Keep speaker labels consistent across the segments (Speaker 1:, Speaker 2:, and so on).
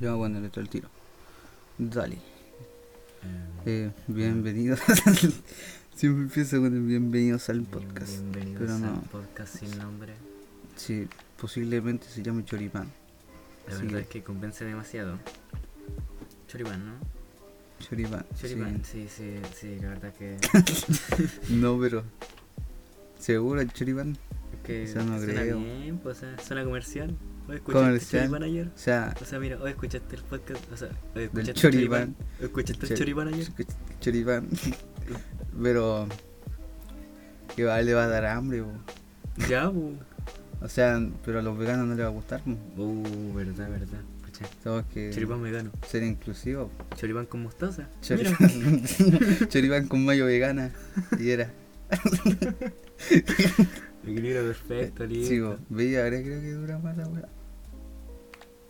Speaker 1: Ya, bueno, le el tiro. Dale. Eh, bienvenidos. Siempre empiezo con el bienvenidos al podcast.
Speaker 2: Bienvenidos
Speaker 1: pero no.
Speaker 2: al Mm, podcast sin nombre.
Speaker 1: Sí, posiblemente se llame Choripán.
Speaker 2: La
Speaker 1: Sí.
Speaker 2: verdad es que convence demasiado. Choripán, ¿no?
Speaker 1: Choripán. sí.
Speaker 2: Choripán, sí, sí, sí, la verdad que.
Speaker 1: No, pero. ¿Seguro el Choripán?
Speaker 2: que
Speaker 1: O sea, no
Speaker 2: suena
Speaker 1: creo.
Speaker 2: bien, pues, o sea, suena comercial. Hoy escuchaste
Speaker 1: Comercial.
Speaker 2: Choripán ayer.
Speaker 1: O sea,
Speaker 2: O sea, mira, hoy escuchaste el podcast. O sea, hoy escuchaste el
Speaker 1: Choripán.
Speaker 2: Hoy escuchaste el
Speaker 1: Chor-
Speaker 2: Choripán ayer.
Speaker 1: ch- Choripán. pero. Que va, le va a dar hambre, po.
Speaker 2: Ya, bu.
Speaker 1: O sea, pero a los veganos no les va a gustar, po.
Speaker 2: Uh, verdad, verdad. Escucha,
Speaker 1: Tenemos que
Speaker 2: Choripán vegano.
Speaker 1: ser inclusivos.
Speaker 2: Choripán con mostaza. Mira.
Speaker 1: Choripán, Choripán con mayo vegana. Y era.
Speaker 2: Equilibrio perfecto, listo.
Speaker 1: Sí, po. veía, ahora creo que dura más la weá.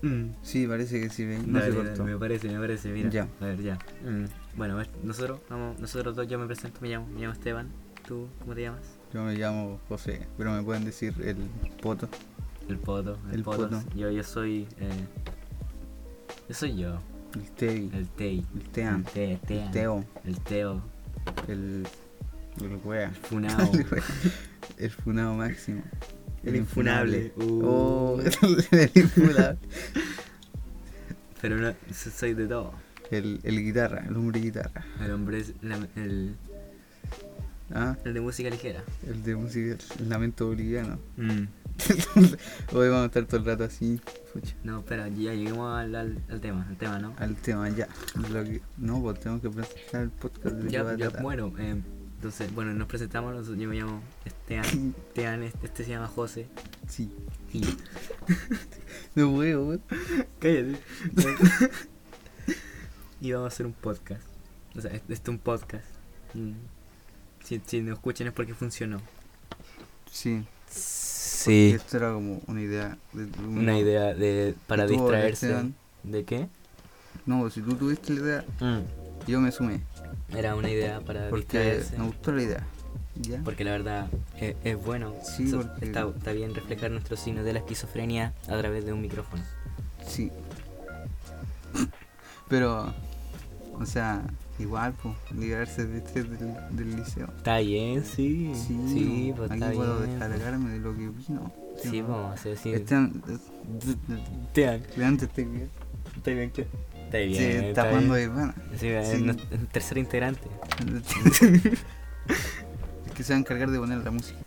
Speaker 2: Mm.
Speaker 1: Sí, parece que sí, veía. No
Speaker 2: Dale,
Speaker 1: se
Speaker 2: dale,
Speaker 1: cortó.
Speaker 2: me parece, me parece, mira.
Speaker 1: Ya.
Speaker 2: A ver, ya. Mm, Bueno, a ver, nosotros, vamos, nosotros dos, yo me presento, me llamo, me llamo Esteban. ¿Tú cómo te llamas?
Speaker 1: Yo me llamo José, pero me pueden decir el poto.
Speaker 2: El Poto, el,
Speaker 1: El
Speaker 2: Poto.
Speaker 1: Poto.
Speaker 2: Yo, yo soy, eh, yo soy yo,
Speaker 1: El Tei,
Speaker 2: el Tei.
Speaker 1: el Tean,
Speaker 2: El Te-
Speaker 1: el
Speaker 2: Tean,
Speaker 1: Teo,
Speaker 2: El Teo,
Speaker 1: el. el wea.
Speaker 2: el Funao.
Speaker 1: El wea. El funado máximo.
Speaker 2: El infunable. Uh.
Speaker 1: Oh, el infunable.
Speaker 2: Pero no, so- soy de todo.
Speaker 1: El, el guitarra, el hombre guitarra.
Speaker 2: El hombre es la- el,
Speaker 1: Ah,
Speaker 2: el de música ligera.
Speaker 1: el de música, el lamento boliviano.
Speaker 2: Mm,
Speaker 1: Hoy vamos a estar todo el rato así, pucha.
Speaker 2: No, espera, ya lleguemos al, al, al tema, al tema, ¿no?
Speaker 1: Al tema ya. Lo que- no, pues tengo que presentar el podcast de
Speaker 2: Ya,
Speaker 1: que va a
Speaker 2: ya,
Speaker 1: tratar.
Speaker 2: bueno, eh, entonces, bueno, nos presentamos, nosotros- yo me llamo Esteban, Esteban, este, este se llama José.
Speaker 1: Sí.
Speaker 2: Y...
Speaker 1: No puedo, weón.
Speaker 2: Cállate. y vamos a hacer un podcast. O sea, este es un podcast. Mm. Si, si nos escuchan es porque funcionó.
Speaker 1: Sí.
Speaker 2: Sí.
Speaker 1: Esto era como una idea. de- de un-
Speaker 2: Una idea de para
Speaker 1: Tú,
Speaker 2: distraerse.
Speaker 1: Esteban.
Speaker 2: ¿De qué?
Speaker 1: No, si tú tuviste la idea, yo me sumé.
Speaker 2: Era una idea para
Speaker 1: Porque
Speaker 2: distraerse.
Speaker 1: me gustó la idea. ¿Ya?
Speaker 2: Porque la verdad eh, es, bueno.
Speaker 1: Sí,
Speaker 2: So-
Speaker 1: porque-
Speaker 2: está, está bien reflejar nuestros signos de la esquizofrenia a través de un micrófono.
Speaker 1: Sí. Pero, o sea, igual, pues, liberarse de este del, del liceo.
Speaker 2: Está bien, sí.
Speaker 1: Sí,
Speaker 2: sí
Speaker 1: no,
Speaker 2: pues,
Speaker 1: aquí
Speaker 2: está
Speaker 1: puedo
Speaker 2: bien.
Speaker 1: descargarme de lo que vino.
Speaker 2: Sí,
Speaker 1: vamos.
Speaker 2: vamos a decir.
Speaker 1: Están.
Speaker 2: Esteban.
Speaker 1: Leandro está bien.
Speaker 2: Está bien, ¿qué? eh, Está bien.
Speaker 1: Sí, está jugando de pana.
Speaker 2: Sí, eh, es
Speaker 1: Sí.
Speaker 2: nuestro- es el tercer integrante.
Speaker 1: Es que se va a encargar de poner la música.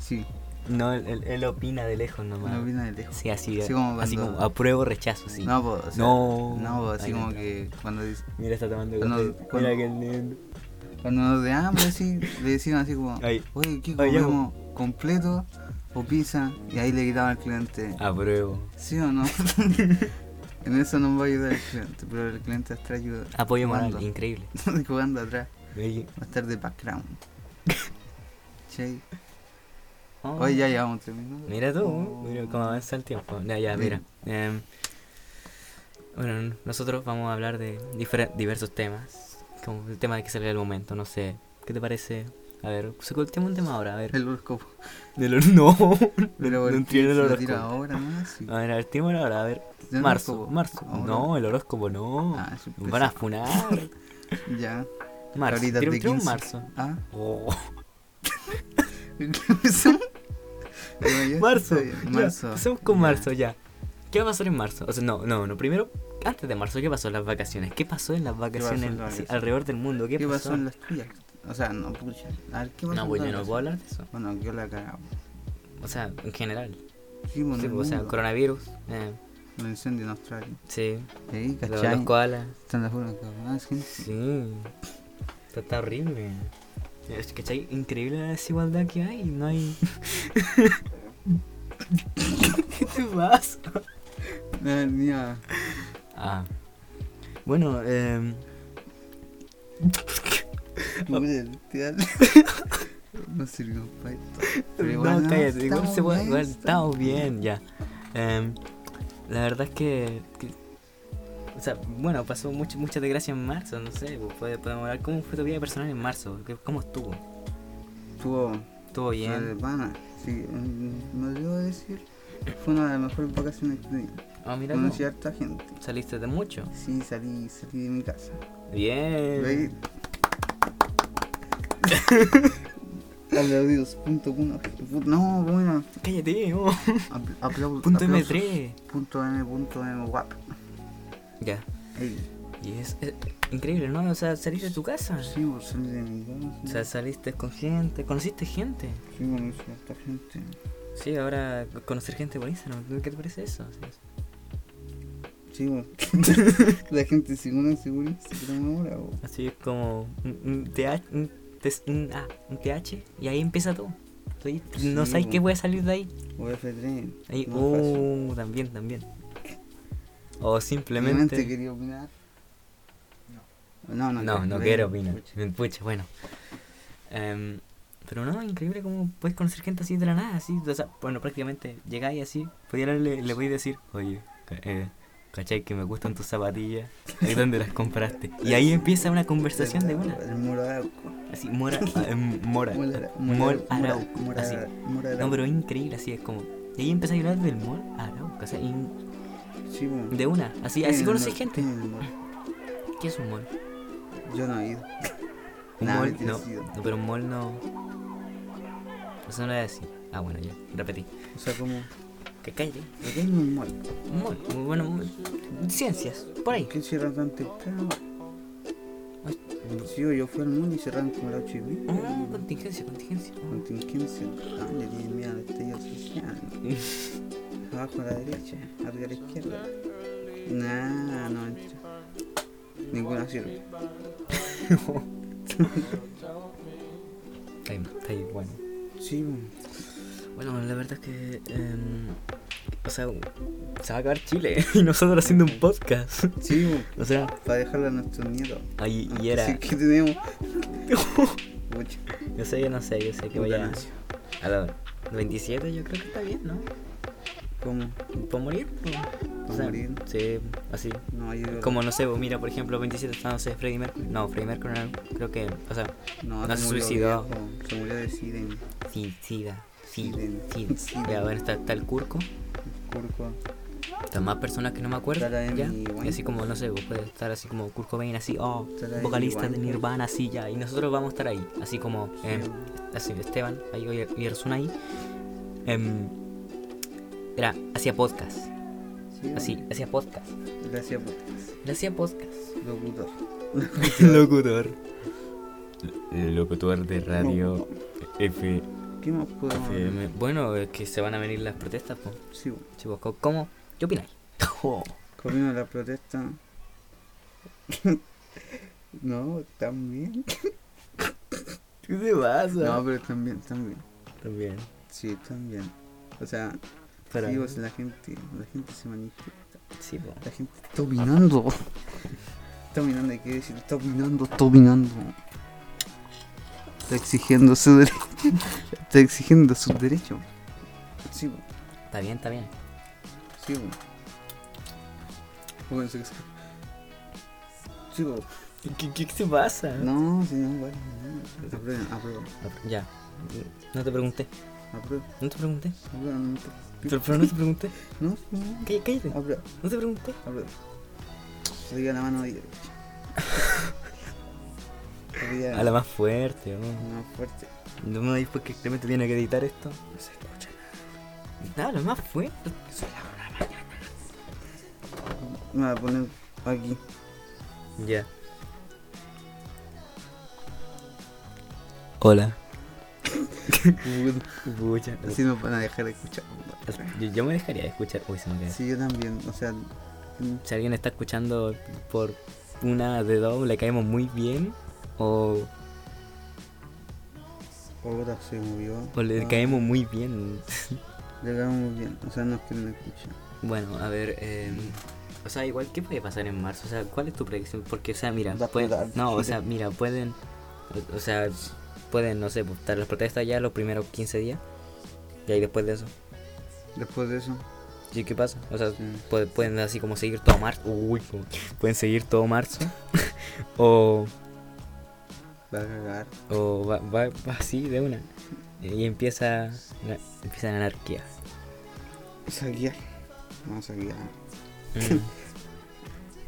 Speaker 1: Sí,
Speaker 2: No, él, él- él opina de lejos nomás.
Speaker 1: no viene de lejos.
Speaker 2: Sí, así,
Speaker 1: Así como
Speaker 2: así
Speaker 1: cuando-
Speaker 2: como apruebo, rechazo, sí.
Speaker 1: No, pues, o sea,
Speaker 2: No.
Speaker 1: no, pues, así
Speaker 2: Ahí
Speaker 1: como
Speaker 2: entra.
Speaker 1: que cuando, dice-
Speaker 2: Mira, está tomando
Speaker 1: Cuando-
Speaker 2: café.
Speaker 1: cuando-
Speaker 2: Mira que lindo.
Speaker 1: cuando nos de hambre, así, le decían así como,
Speaker 2: Ahí.
Speaker 1: oye, ¿qué
Speaker 2: Oye,
Speaker 1: comemos? ¿Completo o pizza? Y ahí le quitaba al cliente,
Speaker 2: Apruebo.
Speaker 1: ¿sí o no? en eso no va a ayudar el cliente, pero el cliente está ayudando,
Speaker 2: Apoyo moral,
Speaker 1: Jugando.
Speaker 2: increíble.
Speaker 1: jugando atrás,
Speaker 2: Oye,
Speaker 1: va a estar de background. ¿Cachai?
Speaker 2: oh.
Speaker 1: Oye, ya llevamos tres minutos.
Speaker 2: Mira tú,
Speaker 1: Oh.
Speaker 2: mira cómo avanza el tiempo. Ya, ya,
Speaker 1: Sí.
Speaker 2: mira. Em, bueno, nosotros vamos a hablar de difer- diversos temas. Como el tema que salga del momento, no sé. ¿Qué te parece? A ver, tema un tema ahora, a ver.
Speaker 1: El horóscopo.
Speaker 2: Del hor- no.
Speaker 1: Pero
Speaker 2: no
Speaker 1: ¿por
Speaker 2: entré en
Speaker 1: qué
Speaker 2: el
Speaker 1: se lo tira
Speaker 2: horóscopo.
Speaker 1: ahora más. sí?
Speaker 2: A ver, a ver, tírame ahora, a ver.
Speaker 1: ¿Ya el
Speaker 2: Marzo,
Speaker 1: horóscopo?
Speaker 2: marzo.
Speaker 1: Ahora.
Speaker 2: No, el horóscopo no.
Speaker 1: Ah, eso
Speaker 2: Nos van a
Speaker 1: empezó.
Speaker 2: funar.
Speaker 1: Ya.
Speaker 2: Marzo.
Speaker 1: Ahorita
Speaker 2: Tira
Speaker 1: de
Speaker 2: tira un
Speaker 1: 15.
Speaker 2: marzo.
Speaker 1: Ah.
Speaker 2: Oh,
Speaker 1: Bueno, ya
Speaker 2: marzo.
Speaker 1: está bien.
Speaker 2: ya,
Speaker 1: Marzo.
Speaker 2: Empecemos con
Speaker 1: Ya.
Speaker 2: marzo ya. ¿Qué va a pasar en marzo? O sea, no, no, no. Primero, antes de marzo, ¿qué pasó en las vacaciones? ¿Qué pasó en las
Speaker 1: pasó en
Speaker 2: vacaciones
Speaker 1: las
Speaker 2: así,
Speaker 1: vacaciones?
Speaker 2: alrededor del mundo? ¿Qué,
Speaker 1: ¿Qué pasó en las tuyas? O sea, no, pucha. A ver, ¿qué pasó
Speaker 2: No,
Speaker 1: en
Speaker 2: pues yo
Speaker 1: todas
Speaker 2: no
Speaker 1: las-
Speaker 2: puedo hablar de eso.
Speaker 1: Bueno, yo la cagaba.
Speaker 2: O sea, en general.
Speaker 1: Sí, bueno,
Speaker 2: Sí,
Speaker 1: el
Speaker 2: pues, o sea,
Speaker 1: mundo.
Speaker 2: coronavirus. eh,
Speaker 1: El incendio en Australia.
Speaker 2: sí.
Speaker 1: Ahí,
Speaker 2: Lo-
Speaker 1: ¿cachai?
Speaker 2: Los koalas.
Speaker 1: Están las puras cagadas, gente.
Speaker 2: Sí, está, está horrible. Es que ¿cachai? increíble la desigualdad que hay, no hay. ¿Qué te pasa?
Speaker 1: No, ni a-
Speaker 2: Ah. Bueno, eh,
Speaker 1: Puta, tía. No sirvió para esto. Pero
Speaker 2: no,
Speaker 1: igual, no,
Speaker 2: cállate, igual
Speaker 1: estamos
Speaker 2: se puede,
Speaker 1: bien,
Speaker 2: igual estamos
Speaker 1: estamos
Speaker 2: bien, ya. Em, la verdad es que, que- o sea, bueno, pasó mucho, mucha desgracia en marzo, no sé, pues, puede- podemos hablar cómo fue tu vida personal en marzo, ¿Qué- cómo estuvo,
Speaker 1: Estuvo.
Speaker 2: estuvo
Speaker 1: Fue de
Speaker 2: bien,
Speaker 1: pana, sí, mm, me olvidó decir, fue una de las mejores vacaciones que he tenido.
Speaker 2: Ah, mira,
Speaker 1: Conocí
Speaker 2: tú.
Speaker 1: a harta gente.
Speaker 2: saliste de mucho.
Speaker 1: Sí, salí, salí de mi casa.
Speaker 2: Bien.
Speaker 1: Ve- Aplaudidos.1. No, bueno.
Speaker 2: Cállate, oh.
Speaker 1: apl- aplaudo-
Speaker 2: Punto
Speaker 1: aplausos.
Speaker 2: M3.
Speaker 1: Punto M. Punto M. Guap.
Speaker 2: Ya.
Speaker 1: Ey,
Speaker 2: Y es, es increíble, ¿no? O sea, saliste de tu casa.
Speaker 1: pues sí, por salir de mi
Speaker 2: O
Speaker 1: casa.
Speaker 2: sea, saliste con gente, conociste gente.
Speaker 1: Sí, conocí a harta gente.
Speaker 2: Sí, ahora conocer gente por Instagram, ¿qué te parece eso? Sí, sí.
Speaker 1: Sí, bueno. La gente se conoce seguro Instagram ahora. bo.
Speaker 2: Así es como un, un TH, un, tes- un- ah, un TH y ahí empieza todo. Soy-
Speaker 1: Sí,
Speaker 2: no sabes
Speaker 1: bo.
Speaker 2: qué puede salir de ahí.
Speaker 1: O F3.
Speaker 2: Ahí,
Speaker 1: no es fácil.
Speaker 2: uh, también, también. O
Speaker 1: Simplemente
Speaker 2: simplemente...
Speaker 1: quería opinar. No, no,
Speaker 2: No, no
Speaker 1: ve,
Speaker 2: quiero opinar.
Speaker 1: pucha.
Speaker 2: Me pucha, bueno. Em, pero no, increíble cómo puedes conocer gente así de la nada, así. o sea, bueno, prácticamente llegáis así, podía le, le podéis decir, oye, ca- eh, ¿cachai que me gustan tus zapatillas? ¿Y dónde las compraste? Y ahí empieza una conversación de una.
Speaker 1: El muro de Arauco.
Speaker 2: Así, mora, ah, em, mora,
Speaker 1: Mora-
Speaker 2: mol
Speaker 1: Mora-
Speaker 2: arauco,
Speaker 1: Mora-
Speaker 2: así.
Speaker 1: Mora
Speaker 2: No, pero
Speaker 1: Arauco.
Speaker 2: increíble, así es como. Y ahí empieza a hablar del mol arauco, o sea, in-
Speaker 1: Sí, bueno.
Speaker 2: de una, así,
Speaker 1: Tiene
Speaker 2: así
Speaker 1: el
Speaker 2: conoces
Speaker 1: mol-
Speaker 2: gente.
Speaker 1: tiene el mol.
Speaker 2: ¿Qué es un mol?
Speaker 1: Yo no he ido.
Speaker 2: Un
Speaker 1: Nah,
Speaker 2: mall,
Speaker 1: mentira,
Speaker 2: no,
Speaker 1: sí, yo.
Speaker 2: no, pero un mall no. Eso no es así. Ah, bueno, ya, repetí.
Speaker 1: O sea, como.
Speaker 2: Que calle,
Speaker 1: ¿Por qué no el mol?
Speaker 2: un mall, muy bueno, mall. ciencias, por ahí.
Speaker 1: ¿Por qué cierran tan temprano? Sí, yo- yo fui al mall y cerraron como la 8 y media.
Speaker 2: Ah, contingencia, contingencia.
Speaker 1: Contingencia. Ah, le tienen miedo a la estrella social. Abajo a la derecha, arriba a la izquierda. Nah, no mentira. Ninguna sirve.
Speaker 2: Está ahí, está ahí, bueno.
Speaker 1: Sí,
Speaker 2: Bueno, la verdad es que. em, o sea, se va a acabar Chile y nosotros haciendo un podcast.
Speaker 1: sí, bo,
Speaker 2: O sea,
Speaker 1: para dejarlo a nuestros nietos.
Speaker 2: ahí, Ah, y
Speaker 1: Aunque
Speaker 2: era.
Speaker 1: Ah, Sí, que tenemos. Pucha,
Speaker 2: Yo sé, yo no sé, yo sé que vayan
Speaker 1: eutanasia.
Speaker 2: a los 27, yo creo que está bien, ¿no?
Speaker 1: ¿Cómo?
Speaker 2: ¿Puedo morir? pues.
Speaker 1: ¿Puedo morir?
Speaker 2: Sí, así.
Speaker 1: No hay dolor.
Speaker 2: Como no sé, vos mira, por ejemplo, 27 está, no sé, Freddy Mercury. No, Freddy Mercury no, creo que, o sea,
Speaker 1: No,
Speaker 2: no
Speaker 1: se
Speaker 2: se
Speaker 1: murió
Speaker 2: suicidó.
Speaker 1: viejo, Se murió de siden.
Speaker 2: sí, SIDA. Sí,
Speaker 1: Siden.
Speaker 2: sí,
Speaker 1: Siden.
Speaker 2: Ya, bueno, está, está el Curco.
Speaker 1: Curco.
Speaker 2: Están más personas que no me acuerdo.
Speaker 1: Está la
Speaker 2: ya.
Speaker 1: Amy
Speaker 2: Y
Speaker 1: Winehouse.
Speaker 2: así como, no sé, vos puedes estar así como Curco Bain, así, oh,
Speaker 1: Está la Amy
Speaker 2: vocalista de
Speaker 1: Winehouse.
Speaker 2: Nirvana, así ya. Y nosotros vamos a estar ahí, así como, em, así, Esteban, ahí, oye, y Erzuna ahí. Em, era, hacía podcast.
Speaker 1: Sí,
Speaker 2: Así, hacía podcast.
Speaker 1: Gracias por
Speaker 2: Le hacía podcast.
Speaker 1: locutor.
Speaker 2: Locutor. Locutor de radio F
Speaker 1: ¿Qué más puedo hacer?
Speaker 2: FM. Em, Bueno, es que se van a venir las protestas, po.
Speaker 1: Sí, bo.
Speaker 2: Chicos, co- ¿cómo? ¿Qué opináis? Oh,
Speaker 1: Camino a la protesta. no, también.
Speaker 2: ¿Qué te pasa?
Speaker 1: No, pero también, también.
Speaker 2: También.
Speaker 1: Sí, también. O sea,
Speaker 2: Pero-
Speaker 1: sí, o sea, la gente, la gente se manifiesta.
Speaker 2: Sí, po.
Speaker 1: La gente está opinando. Está opinando, hay que decir, está opinando, está opinando. Está exigiendo su derecho. Está exigiendo su derecho. Sí, bo.
Speaker 2: Está bien, está bien.
Speaker 1: Sí, bo. Bueno, sí, sí. Sí, bo.
Speaker 2: ¿Qué, qué, qué te pasa?
Speaker 1: No, si no, bueno, no. Aprueben, aprueben,
Speaker 2: Ya. No te pregunté.
Speaker 1: aprueben,
Speaker 2: No te pregunté.
Speaker 1: aprueben, no te-
Speaker 2: Pero, pero no te pregunté.
Speaker 1: No, no,
Speaker 2: Cállate, cállate.
Speaker 1: aprueben,
Speaker 2: No te pregunté.
Speaker 1: aprueben. Arriba la mano derecha. Arriba
Speaker 2: A la más fuerte, oh.
Speaker 1: mano fuerte.
Speaker 2: No me digas porque Clemente tiene que editar esto.
Speaker 1: No se escucha
Speaker 2: Nada, la más fuerte.
Speaker 1: nada. Me voy a poner aquí.
Speaker 2: Ya. Hola. Pucha.
Speaker 1: Así nos van a dejar de escuchar.
Speaker 2: Yo, yo me dejaría de escuchar. Uy, se me cae.
Speaker 1: Sí, yo también, o sea, mm,
Speaker 2: Si alguien está escuchando por una de dos, le caemos muy bien. O,
Speaker 1: ahora se movió.
Speaker 2: o Pues le
Speaker 1: Ah,
Speaker 2: caemos muy bien.
Speaker 1: Le caemos muy bien, o sea, nos quieren escuchar.
Speaker 2: Bueno, a ver. eh, o sea, igual, ¿qué puede pasar en marzo? O sea, ¿cuál es tu predicción? Porque, o sea, mira.
Speaker 1: Va a
Speaker 2: puede-
Speaker 1: explotar.
Speaker 2: no, o sea, mira, pueden. o- O, sea, pueden, no sé, pues, estar las protestas ya los primeros 15 días. Y ahí después de eso.
Speaker 1: Después de eso, pues,
Speaker 2: ¿Y qué pasa? O sea,
Speaker 1: Sí.
Speaker 2: pueden, pueden así como seguir todo marzo. Uy, como- pueden seguir todo marzo. o
Speaker 1: va a cagar.
Speaker 2: o va, va- va así de una. Y empieza la, empieza la anarquía.
Speaker 1: Saquear. Vamos a saquear.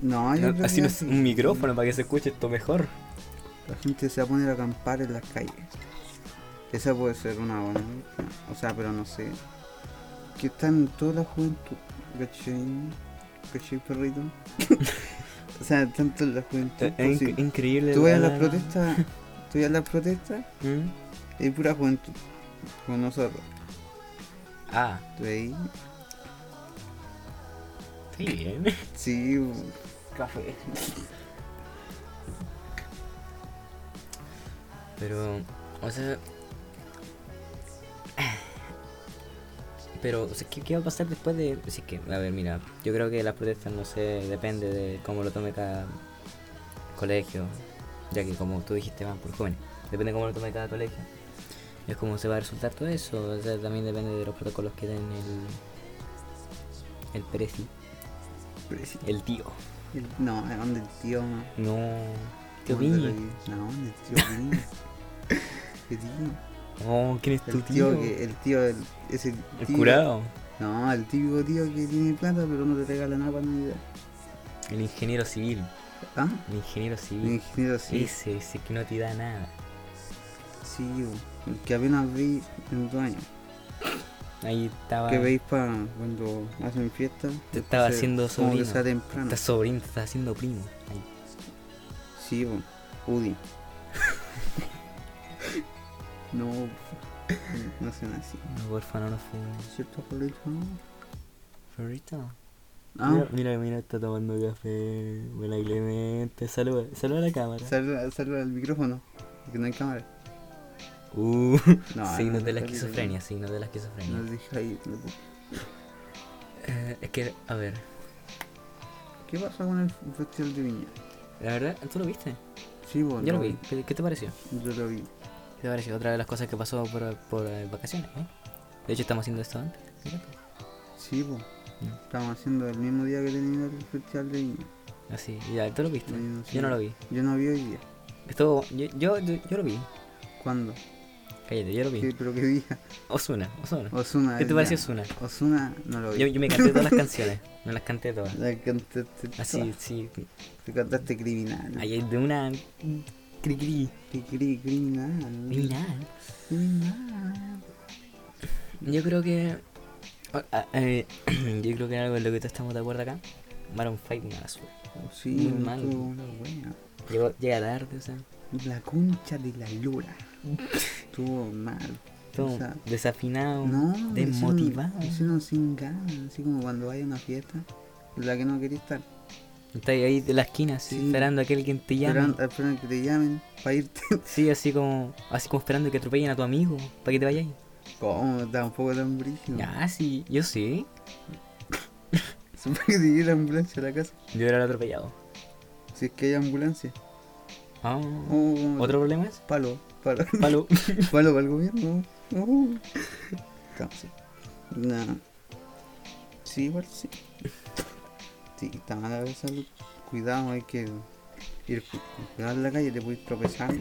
Speaker 1: No, yo creo
Speaker 2: Así
Speaker 1: que
Speaker 2: no
Speaker 1: así.
Speaker 2: un micrófono para que se escuche esto mejor.
Speaker 1: La gente se va a poner a acampar en las calles. Esa puede ser una buena. idea. O sea, pero no sé. Que están toda la juventud. ¿Cachai? ¿Cachai, perrito? o sea, tanto la juventud.
Speaker 2: Es
Speaker 1: pues, sí.
Speaker 2: inc- increíble.
Speaker 1: Tú vas a
Speaker 2: la-
Speaker 1: las protestas. Tú vas a las protestas.
Speaker 2: ¿Mm?
Speaker 1: y hay pura juventud. Con nosotros.
Speaker 2: Ah,
Speaker 1: ¿Tú ahí?
Speaker 2: sí, bien.
Speaker 1: Sí.
Speaker 2: Café. Pero, o sea. Pero, o sea, ¿qué, qué va a pasar después de.? Si es que, a ver, mira, yo creo que las protestas, no sé, depende de cómo lo tome cada colegio. Ya que, como tú dijiste, van por jóvenes. Depende de cómo lo tome cada colegio. Es como se va a resultar todo eso. O sea, también depende de los protocolos que den el. El presi,
Speaker 1: pero pues, sí.
Speaker 2: el tío.
Speaker 1: El- No, ¿a dónde el tío? No,
Speaker 2: No. ¿Qué
Speaker 1: ¿Dónde
Speaker 2: opinas?
Speaker 1: lo- No, ¿dónde el tío Viña? ¿Qué tío?
Speaker 2: Oh, ¿quién es tu
Speaker 1: El tío,
Speaker 2: tío?
Speaker 1: que, el tío, el, es el
Speaker 2: El
Speaker 1: tío-
Speaker 2: curado.
Speaker 1: No, el típico tío que tiene plata pero no te regala nada para Navidad.
Speaker 2: El ingeniero civil.
Speaker 1: ¿Ah?
Speaker 2: El ingeniero
Speaker 1: El
Speaker 2: civil.
Speaker 1: ingeniero sí.
Speaker 2: Ese, ese que no te da nada.
Speaker 1: Sí, bo, el que apenas vi en otro año.
Speaker 2: Ahí estaba.
Speaker 1: Que veis para cuando hacen fiesta.
Speaker 2: Te estaba
Speaker 1: se-
Speaker 2: haciendo
Speaker 1: Como que
Speaker 2: sobrino.
Speaker 1: sea temprano.
Speaker 2: Estás sobrino, te estás haciendo primo. Ahí.
Speaker 1: Sí, bo, Udi. no, bo, no sean así.
Speaker 2: No, porfa, no nos fumes.
Speaker 1: ¿Cierto, Pablito?
Speaker 2: Ferrito.
Speaker 1: Ah,
Speaker 2: Mira, mira, mira, está tomando café. Buena Clemente. Saluda, saluda a la cámara.
Speaker 1: saluda, saluda al micrófono. Que no hay cámara.
Speaker 2: Uh,
Speaker 1: No, no,
Speaker 2: signos
Speaker 1: no,
Speaker 2: de la
Speaker 1: no,
Speaker 2: esquizofrenia, signos de la esquizofrenia.
Speaker 1: No dije ahí. loco.
Speaker 2: Eh, es que, a ver,
Speaker 1: ¿Qué pasa con el festival de viña?
Speaker 2: la verdad, tú lo viste.
Speaker 1: Sí, bo,
Speaker 2: Yo lo vi. ¿Qué- qué te pareció?
Speaker 1: Yo lo vi.
Speaker 2: ¿Qué te pareció? Otra de las cosas que pasó por, por, eh, vacaciones, ¿eh? De hecho, estamos haciendo esto antes. mira tú.
Speaker 1: Sí, po.
Speaker 2: Mm.
Speaker 1: Estamos haciendo el mismo día que tenía el festival de viña.
Speaker 2: Así, ya, ¿tú lo viste?
Speaker 1: Bueno, Mm, sí.
Speaker 2: Yo no lo vi.
Speaker 1: Yo no vi hoy día.
Speaker 2: Estuvo, yo, yo, yo, yo lo vi.
Speaker 1: ¿Cuándo?
Speaker 2: Cállate, yo lo
Speaker 1: ¿Qué-
Speaker 2: vi.
Speaker 1: ¿Pero qué día?
Speaker 2: Osuna, Osuna.
Speaker 1: Osuna.
Speaker 2: ¿Qué te pareció Osuna?
Speaker 1: Osuna no Ah, lo vi.
Speaker 2: Yo, yo me canté todas las canciones. Me las canté todas.
Speaker 1: La cantaste
Speaker 2: Así,
Speaker 1: toda.
Speaker 2: sí.
Speaker 1: Te cantaste criminal.
Speaker 2: Ahí hay de una. Cri cri.
Speaker 1: Cri- cri- criminal.
Speaker 2: Ni nada.
Speaker 1: Criminal.
Speaker 2: Yo creo que. ah, ah, eh, yo creo que algo en lo que todos estamos de acuerdo acá. Maroon 5 mala suerte.
Speaker 1: Oh, sí,
Speaker 2: Muy
Speaker 1: no
Speaker 2: mal.
Speaker 1: estuvo la wea.
Speaker 2: Llegó- Llega tarde, o sea.
Speaker 1: La concha de la lora. estuvo mal.
Speaker 2: Todo
Speaker 1: O sea,
Speaker 2: desafinado.
Speaker 1: No,
Speaker 2: desmotivado.
Speaker 1: Hicieron, hicieron sin ganas, así como cuando vaya a una fiesta en la que no quería estar.
Speaker 2: Está ahí, ahí de la esquina, así,
Speaker 1: Sí.
Speaker 2: esperando a que alguien te llame.
Speaker 1: Esperan, esperan que te llamen para irte.
Speaker 2: Sí, así como, así como esperando que atropellen a tu amigo para que te vayas.
Speaker 1: ¿Cómo? Tampoco tan brígido.
Speaker 2: Ya, sí, yo sí.
Speaker 1: Supongo que te la ambulancia a la casa.
Speaker 2: Yo era el atropellado.
Speaker 1: Si es que hay ambulancia.
Speaker 2: Ah.
Speaker 1: Oh,
Speaker 2: ¿Otro problema es?
Speaker 1: Palo, palo.
Speaker 2: Palo.
Speaker 1: palo para el gobierno. Oh. Cáncer. Nah. Sí, igual sí. Sí, está mal a veces. Lu. Cuidado, hay que ir cu- con cuidado en la calle, te puedes tropezar.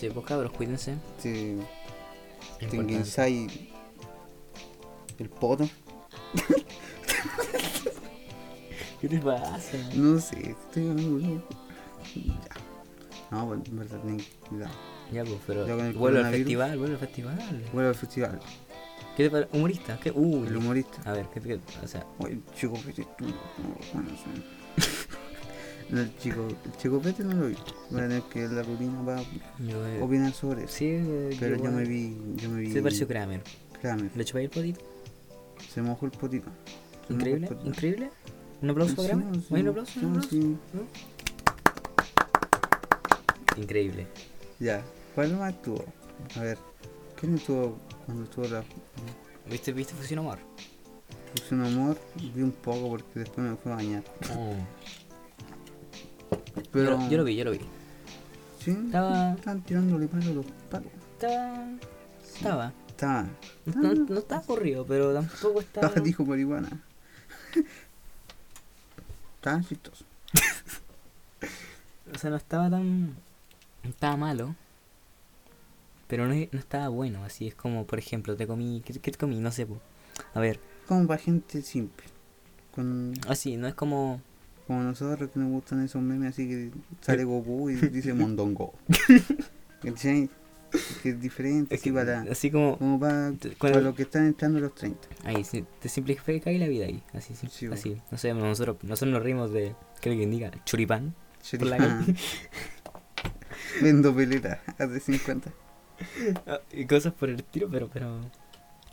Speaker 2: Che, pues cabros, cuídense.
Speaker 1: Te, te
Speaker 2: Importante.
Speaker 1: enguinzáis el poto.
Speaker 2: ¿Qué te pasa?
Speaker 1: No sé, estoy hablando, loco. Ya. No, pues, en verdad, ten cuidado.
Speaker 2: Ya, pues,
Speaker 1: Ya con
Speaker 2: pero
Speaker 1: el
Speaker 2: vuelve al
Speaker 1: coronavirus.
Speaker 2: festival, vuelve al festival.
Speaker 1: Vuelve al festival.
Speaker 2: ¿Qué te parece? ¿Humorista? ¿Qué? Uh,
Speaker 1: El humorista.
Speaker 2: A ver, ¿qué te O sea,
Speaker 1: Oye, el chico Pete, tú no lo conoces. No, el chico, el chico Pete no lo vi. Voy a tener que ver la rutina para
Speaker 2: yo. eh,
Speaker 1: opinar sobre eso.
Speaker 2: sí, eh,
Speaker 1: Pero yo
Speaker 2: igual-
Speaker 1: me vi, yo me vi.
Speaker 2: Se pareció Kramer.
Speaker 1: Kramer.
Speaker 2: ¿Le chupáis el potito?
Speaker 1: Se mojó el potito. Se mojó el
Speaker 2: Increíble,
Speaker 1: potito.
Speaker 2: increíble. ¿Un aplauso para
Speaker 1: pues, Sí,
Speaker 2: Kramer?
Speaker 1: sí,
Speaker 2: ¿Oye, ¿Un aplauso?
Speaker 1: sí,
Speaker 2: ¿Un aplauso?
Speaker 1: sí.
Speaker 2: Increíble.
Speaker 1: Ya. ¿Cuál más estuvo? A ver. ¿Quién estuvo cuando estuvo la
Speaker 2: ¿Viste, viste Fusión Amor?
Speaker 1: Fusión Amor? Vi un poco porque después me fue a bañar.
Speaker 2: Oh. Yo
Speaker 1: Pero
Speaker 2: lo- yo lo vi, yo lo vi.
Speaker 1: Sí,
Speaker 2: Estaba-
Speaker 1: están tirándole palo a los palos.
Speaker 2: Estaba. Estaba.
Speaker 1: Estaba.
Speaker 2: No, no estaba corrido, pero tampoco estaba.
Speaker 1: Estaba, dijo marihuana. Estaban chistosos.
Speaker 2: O sea, no estaba tan. no Estaba malo. Pero no, no estaba bueno. Así es como, por ejemplo, te comí. ¿Qué, qué te comí? No sé. po. A ver,
Speaker 1: Como para gente simple. con,
Speaker 2: Así, no es como.
Speaker 1: como nosotros que nos gustan esos memes, así que
Speaker 2: Eh.
Speaker 1: sale Goku y dice Mondongo. ¿Cachai? Que es diferente,
Speaker 2: es que-
Speaker 1: así para,
Speaker 2: así como.
Speaker 1: como para,
Speaker 2: te- con
Speaker 1: para
Speaker 2: el-
Speaker 1: los que están entrando a los 30.
Speaker 2: Ahí, sí, te simplifica ahí la vida ahí. Así, sí,
Speaker 1: Sí, bueno.
Speaker 2: así. No sé, nosotros, nosotros nos rimos de que alguien diga churipán. Por la
Speaker 1: Choripán. Vendo peleta hace 50.
Speaker 2: ah, y cosas por el estilo, pero, pero.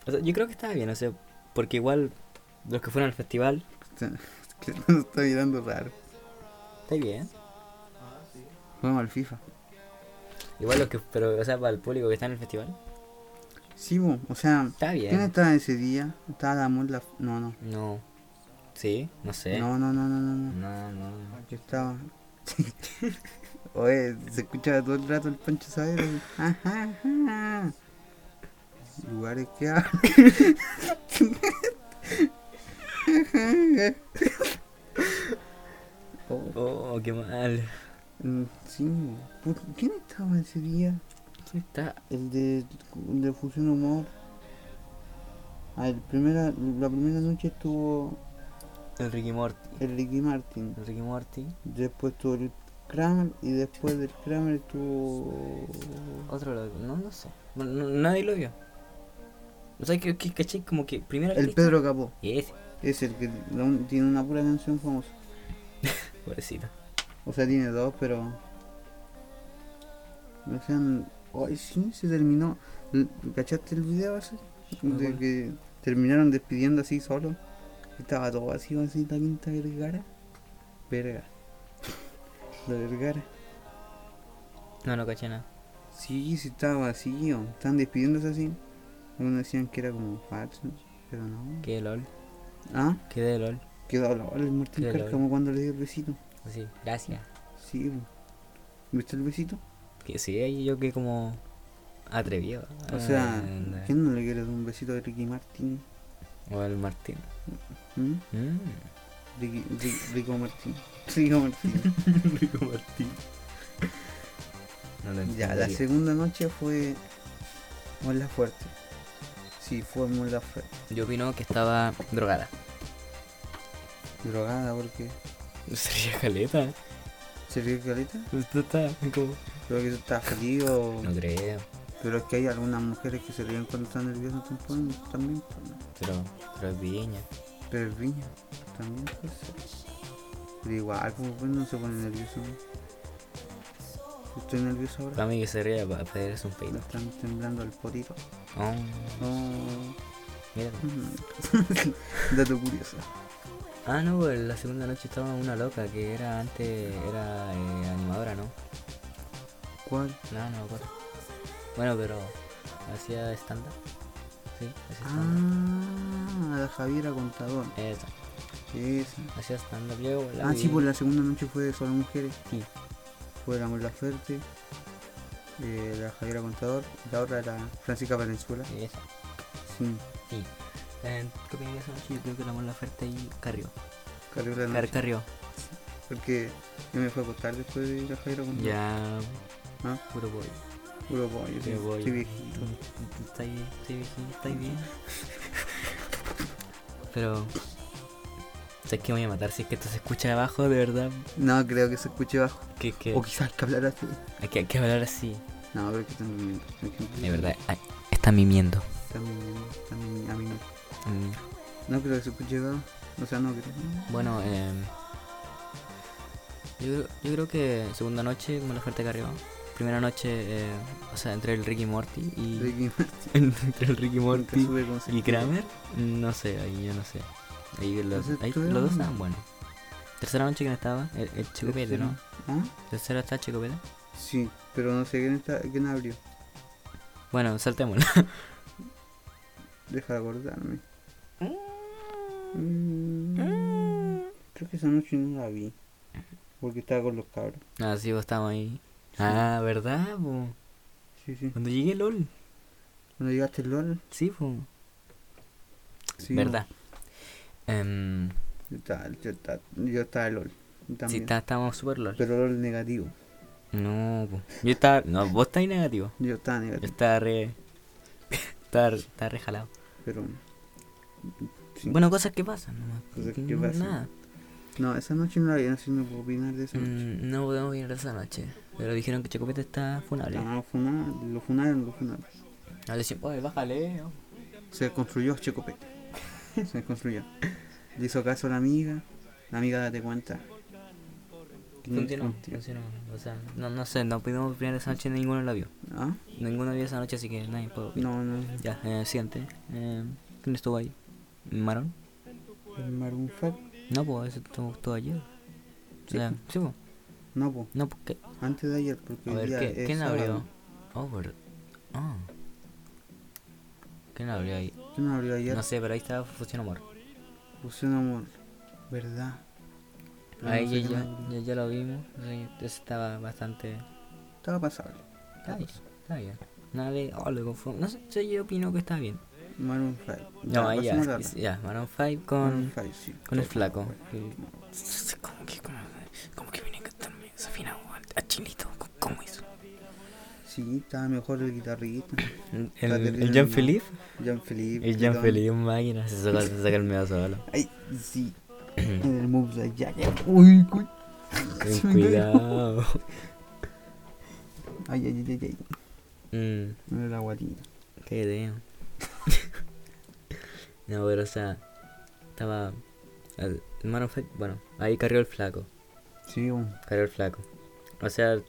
Speaker 2: O sea, yo creo que estaba bien, o sea, porque igual los que fueron al festival,
Speaker 1: Que no está mirando raro.
Speaker 2: está bien.
Speaker 1: Vamos al FIFA.
Speaker 2: Igual los que, pero, o sea, para el público que está en el festival,
Speaker 1: Sí, bo, o sea,
Speaker 2: está bien.
Speaker 1: ¿quién estaba ese día? Estaba la mola. No, no.
Speaker 2: No. Sí, no sé.
Speaker 1: No, no, no, no, no. no.
Speaker 2: No, no.
Speaker 1: Yo estaba. Oye, se escuchaba todo el rato el Pancho Saavedra. y- Ajá, ajá. Lugares que hablan. Oh,
Speaker 2: Oh, qué mal.
Speaker 1: mm, sí, bo. Put- ¿Quién estaba ese día?
Speaker 2: ¿Quién está?
Speaker 1: El de, de Fusión Humor. Ah, el primera, la primera noche estuvo
Speaker 2: El Ricky Morty.
Speaker 1: el Ricky Martin.
Speaker 2: El Ricky Morty.
Speaker 1: Después estuvo el Kramer. Y después del Kramer estuvo.
Speaker 2: Otro lo No, no sé. No- no- nadie lo vio. O sea, que, que caché como que primero
Speaker 1: El Pedro Capó.
Speaker 2: Y ese,
Speaker 1: Es el que la un- tiene una pura canción famosa.
Speaker 2: pobrecito.
Speaker 1: O sea, tiene dos, pero. O sea, n- ay, sí, se terminó. L- ¿Cachaste el video ese?
Speaker 2: ¿Cuál,
Speaker 1: De
Speaker 2: cuál?
Speaker 1: que terminaron despidiendo así solo. Estaba todo vacío así, la quinta vergara. Verga. La vergara.
Speaker 2: No, no caché nada.
Speaker 1: Sí, sí, estaba vacío. Estaban despidiéndose así. Algunos decían que era como Watson, pero no.
Speaker 2: Qué de LOL.
Speaker 1: Ah,
Speaker 2: Qué de LOL.
Speaker 1: quedó dolor el Martín
Speaker 2: Qué dolor.
Speaker 1: Cárcamo cuando le dio el besito.
Speaker 2: Así, gracias.
Speaker 1: Sí, bo. ¿viste el besito?
Speaker 2: Que sí, ahí yo que como atrevido.
Speaker 1: O sea,
Speaker 2: Anda.
Speaker 1: ¿quién no le quiere dar un besito a Ricky Martin?
Speaker 2: O el Martín.
Speaker 1: ¿Mm?
Speaker 2: Mm.
Speaker 1: Ricky, Ri- Rico Martín. Rico Martín.
Speaker 2: Rico Martín. No lo
Speaker 1: ya, la segunda noche fue Mola Fuerte. Sí, fue Mola Fuerte.
Speaker 2: Yo opino que estaba drogada.
Speaker 1: Drogada porque
Speaker 2: Sería caleta.
Speaker 1: se vio caleta.
Speaker 2: Esto está como.
Speaker 1: Creo que eso estaba feliz o...
Speaker 2: No creo.
Speaker 1: Pero es que hay algunas mujeres que se ríen cuando están nerviosas también. también pues, ¿no?
Speaker 2: Pero, pero es viña.
Speaker 1: Pero el viña también puede ser. Pero igual, como pues no se pone nervioso. ¿no? Estoy nervioso ahora.
Speaker 2: Para mí que se ría para pedirse un
Speaker 1: Me
Speaker 2: peito.
Speaker 1: están temblando el potito.
Speaker 2: Oh,
Speaker 1: Oh.
Speaker 2: míralo.
Speaker 1: Dato curioso.
Speaker 2: Ah, no, pues la segunda noche estaba una loca que era antes, era eh, animadora, ¿no?
Speaker 1: ¿Cuál?
Speaker 2: No, no me acuerdo. Bueno, pero hacía estándar. Sí, hacía estándar.
Speaker 1: Ah, la Javiera Contador.
Speaker 2: Eso,
Speaker 1: Esa.
Speaker 2: hacía estándar. Yo la
Speaker 1: Ah,
Speaker 2: vi.
Speaker 1: sí, pues la segunda noche fue de solo mujeres.
Speaker 2: Sí.
Speaker 1: Fue la Mola Fuerte, eh, la Javiera Contador, la otra era Francisca Valenzuela.
Speaker 2: Eso,
Speaker 1: Sí,
Speaker 2: sí. Eh, ¿Qué opinas de esa noche? Yo creo que la mala oferta y Carrió.
Speaker 1: cargó la
Speaker 2: Car
Speaker 1: noche.
Speaker 2: Carrió.
Speaker 1: Porque yo me fui a acostar después de la Javiera Contador.
Speaker 2: Ya.
Speaker 1: ¿Ah?
Speaker 2: Puro boy.
Speaker 1: Puro pollo, sí,
Speaker 2: Puro boy.
Speaker 1: estoy viejito.
Speaker 2: Está bien, está bien, está bien. Pero. ¿Sabes que voy a matar? Si es que esto se escucha de abajo, de verdad.
Speaker 1: No, creo que se escuche bajo.
Speaker 2: Que, que,
Speaker 1: O quizás que hablar así.
Speaker 2: hay, que hay que hablar así.
Speaker 1: No, pero que están durmiendo. Hay gente
Speaker 2: De
Speaker 1: que
Speaker 2: verdad, ay, está mimiendo.
Speaker 1: Están durmiendo, están durmiendo. A mí no.
Speaker 2: Mm,
Speaker 1: No creo que se escuche bajo. O sea, no creo.
Speaker 2: Bueno, eh, yo, yo creo que segunda noche, como la oferta que arriba. Primera noche, eh, o sea, entre el Ricky Morty y.
Speaker 1: Ricky
Speaker 2: entre el Ricky
Speaker 1: Nunca
Speaker 2: Morty
Speaker 1: supe cómo se
Speaker 2: ¿Y
Speaker 1: escribe.
Speaker 2: Kramer? No sé, ahí yo no sé. Ahí los,
Speaker 1: Entonces,
Speaker 2: ahí
Speaker 1: tú
Speaker 2: los dos
Speaker 1: eres-
Speaker 2: estaban buenos. Tercera noche que no estaba, el, el Chico Pete, ¿no?
Speaker 1: ¿Ah?
Speaker 2: Tercera está Chico Pete.
Speaker 1: Sí, pero no sé quién, está, quién abrió.
Speaker 2: Bueno, saltémosla.
Speaker 1: Deja de acordarme. Mm, Creo que esa noche no la vi. Porque estaba con los cabros.
Speaker 2: Ah, sí, vos estabas ahí. Ah, ¿verdad? po?
Speaker 1: Sí, sí.
Speaker 2: Cuando llegué LOL.
Speaker 1: Cuando llegaste LOL.
Speaker 2: Sí, po.
Speaker 1: Sí,
Speaker 2: ¿Verdad? Em,
Speaker 1: Yo estaba, yo estaba, yo estaba LOL.
Speaker 2: sí,
Speaker 1: También.
Speaker 2: está- estábamos super LOL.
Speaker 1: Pero LOL negativo.
Speaker 2: No, po. Yo estaba. No, vos estáis negativo.
Speaker 1: Yo estaba
Speaker 2: Yo
Speaker 1: negativo.
Speaker 2: estaba re. estaba, re- estaba re jalado.
Speaker 1: Pero. Sí.
Speaker 2: Bueno, cosas que pasan nomás.
Speaker 1: Cosas
Speaker 2: porque
Speaker 1: que
Speaker 2: no,
Speaker 1: pasan.
Speaker 2: Nada.
Speaker 1: No, esa noche no la vi, así no puedo opinar de esa noche.
Speaker 2: Mm, no podemos ir esa noche. Pero dijeron que Chocopete está funable.
Speaker 1: No, funar- lo funaron, lo funaron.
Speaker 2: No, le decían, oye,
Speaker 1: ¿eh?
Speaker 2: bájale. oh".
Speaker 1: Se construyó Checopete. Se construyó. Le hizo caso a la amiga. La amiga date cuenta. Mm,
Speaker 2: Funcionó, funcionó. O sea, no, no sé, no pudimos opinar esa noche, ninguno la vio.
Speaker 1: ¿Ah?
Speaker 2: Ninguno vio esa noche, así que nadie puede opinar.
Speaker 1: No, no.
Speaker 2: Ya, eh, siguiente. Eh, ¿Quién estuvo ahí? ¿Marón?
Speaker 1: El Maroon five.
Speaker 2: No, pues eso estuvo estuvo ayer.
Speaker 1: Sí,
Speaker 2: O sea, sí, pues.
Speaker 1: No, po.
Speaker 2: No, pues, ¿qué?
Speaker 1: Antes de ayer, porque
Speaker 2: A
Speaker 1: hoy
Speaker 2: ver,
Speaker 1: día
Speaker 2: ¿qué,
Speaker 1: es
Speaker 2: ¿quién abrió?
Speaker 1: sábado.
Speaker 2: Oh, verdad. Ah. ¿Quién abrió ahí?
Speaker 1: ¿Quién abrió ayer?
Speaker 2: No sé, pero ahí estaba Fusión Amor.
Speaker 1: Fusión Amor. ¿Verdad? Pero no
Speaker 2: ahí
Speaker 1: sé
Speaker 2: ya,
Speaker 1: quién
Speaker 2: ya,
Speaker 1: abrió.
Speaker 2: ya- ya lo vimos. sí, Ese estaba bastante.
Speaker 1: Estaba pasable.
Speaker 2: Está bien. Ah, pues, Está bien. Nada de. Oh, lo confo- No sé, sí, yo opino que está bien.
Speaker 1: Maroon 5.
Speaker 2: No, ahí ya. es- Ya, Maroon 5 con.
Speaker 1: sí.
Speaker 2: Con el flaco. ¿Cómo que, cómo, que viene a cantarme Safina a Chilito? Ah, ¿Cómo hizo?
Speaker 1: Sí, estaba mejor el guitarrista.
Speaker 2: ¿El,
Speaker 1: La
Speaker 2: el,
Speaker 1: terrible, ¿no?
Speaker 2: Jean-Philippe?
Speaker 1: Jean-Philippe.
Speaker 2: El Jean-Philippe, un máquina, se saca, se saca el medio solo.
Speaker 1: Ay, sí. en el move de Jack. Uy, uy. Se
Speaker 2: Ten
Speaker 1: me cayó.
Speaker 2: cuidado.
Speaker 1: Ay, ay, ay, ay, ay.
Speaker 2: Mm,
Speaker 1: No era guatita.
Speaker 2: qué idea. no, pero o sea, estaba. El Maroon five, bueno, ahí carrió el flaco.
Speaker 1: Sí, un-
Speaker 2: Carrió el flaco. O sea,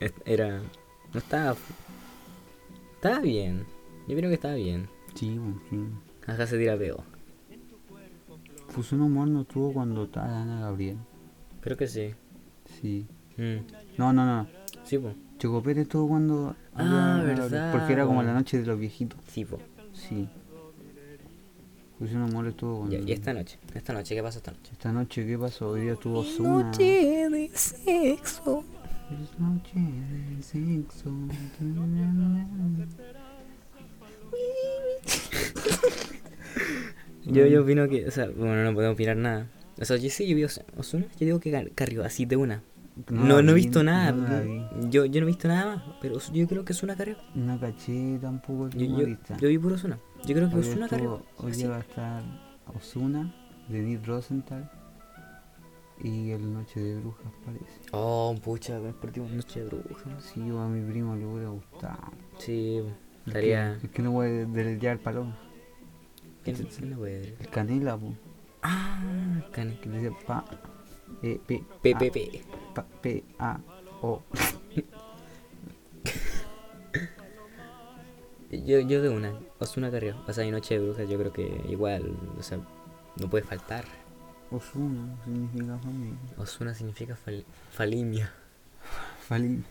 Speaker 2: es- era. No estaba. Estaba bien. Yo creo que estaba bien.
Speaker 1: sí, un- sí.
Speaker 2: Acá se tira peo.
Speaker 1: Fusión Pues Humor no tuvo cuando estaba Ana Gabriel.
Speaker 2: Creo que sí.
Speaker 1: Sí.
Speaker 2: Mm,
Speaker 1: No, no, no.
Speaker 2: Sí, po.
Speaker 1: Chocopete estuvo cuando.
Speaker 2: Ah,
Speaker 1: Ana Gabriel,
Speaker 2: verdad,
Speaker 1: Porque era como
Speaker 2: po.
Speaker 1: la noche de los viejitos.
Speaker 2: Sí, po.
Speaker 1: Sí. Fusión Humor estuvo cuando.
Speaker 2: Ya, y esta noche. Esta noche, ¿qué pasa esta noche?
Speaker 1: Esta noche, ¿qué pasó? Hoy día estuvo Zuna.
Speaker 2: de sexo.
Speaker 1: Es noche de sexo.
Speaker 2: Yo, yo opino que, o sea, bueno, no podemos opinar nada. O sea, yo sí, yo vi Osu- Osuna, yo digo que gar- carrió así de una. No,
Speaker 1: la
Speaker 2: no he
Speaker 1: vi,
Speaker 2: visto nada. pues.
Speaker 1: No, la vi.
Speaker 2: yo, yo no he visto nada más, pero Osu- yo creo que Osuna carrió.
Speaker 1: No caché tampoco el
Speaker 2: Yo, yo,
Speaker 1: humorista.
Speaker 2: yo vi puro Osuna. Yo creo que
Speaker 1: Hoy
Speaker 2: Osuna carrió.
Speaker 1: estuvo- hoy
Speaker 2: así.
Speaker 1: día va a estar Osuna, Denis Rosenthal y el Noche de Brujas parece.
Speaker 2: Oh, pucha, nos perdimos Noche de Brujas.
Speaker 1: Si yo a mi primo le hubiera gustado.
Speaker 2: Sí,
Speaker 1: Es
Speaker 2: estaría...
Speaker 1: que- Es que no voy a deletear el paloma.
Speaker 2: ¿Quién quién la puede ver?
Speaker 1: El canela, po,
Speaker 2: Ah, Cane.
Speaker 1: que le dice pa e p a,
Speaker 2: PPP.
Speaker 1: pa, p a o.
Speaker 2: Yo, yo de una, Osuna carrió. O sea, y Noche de Brujas yo creo que igual, o sea, no puede faltar.
Speaker 1: Osuna significa familia.
Speaker 2: Osuna significa fal- falimia.
Speaker 1: Familia.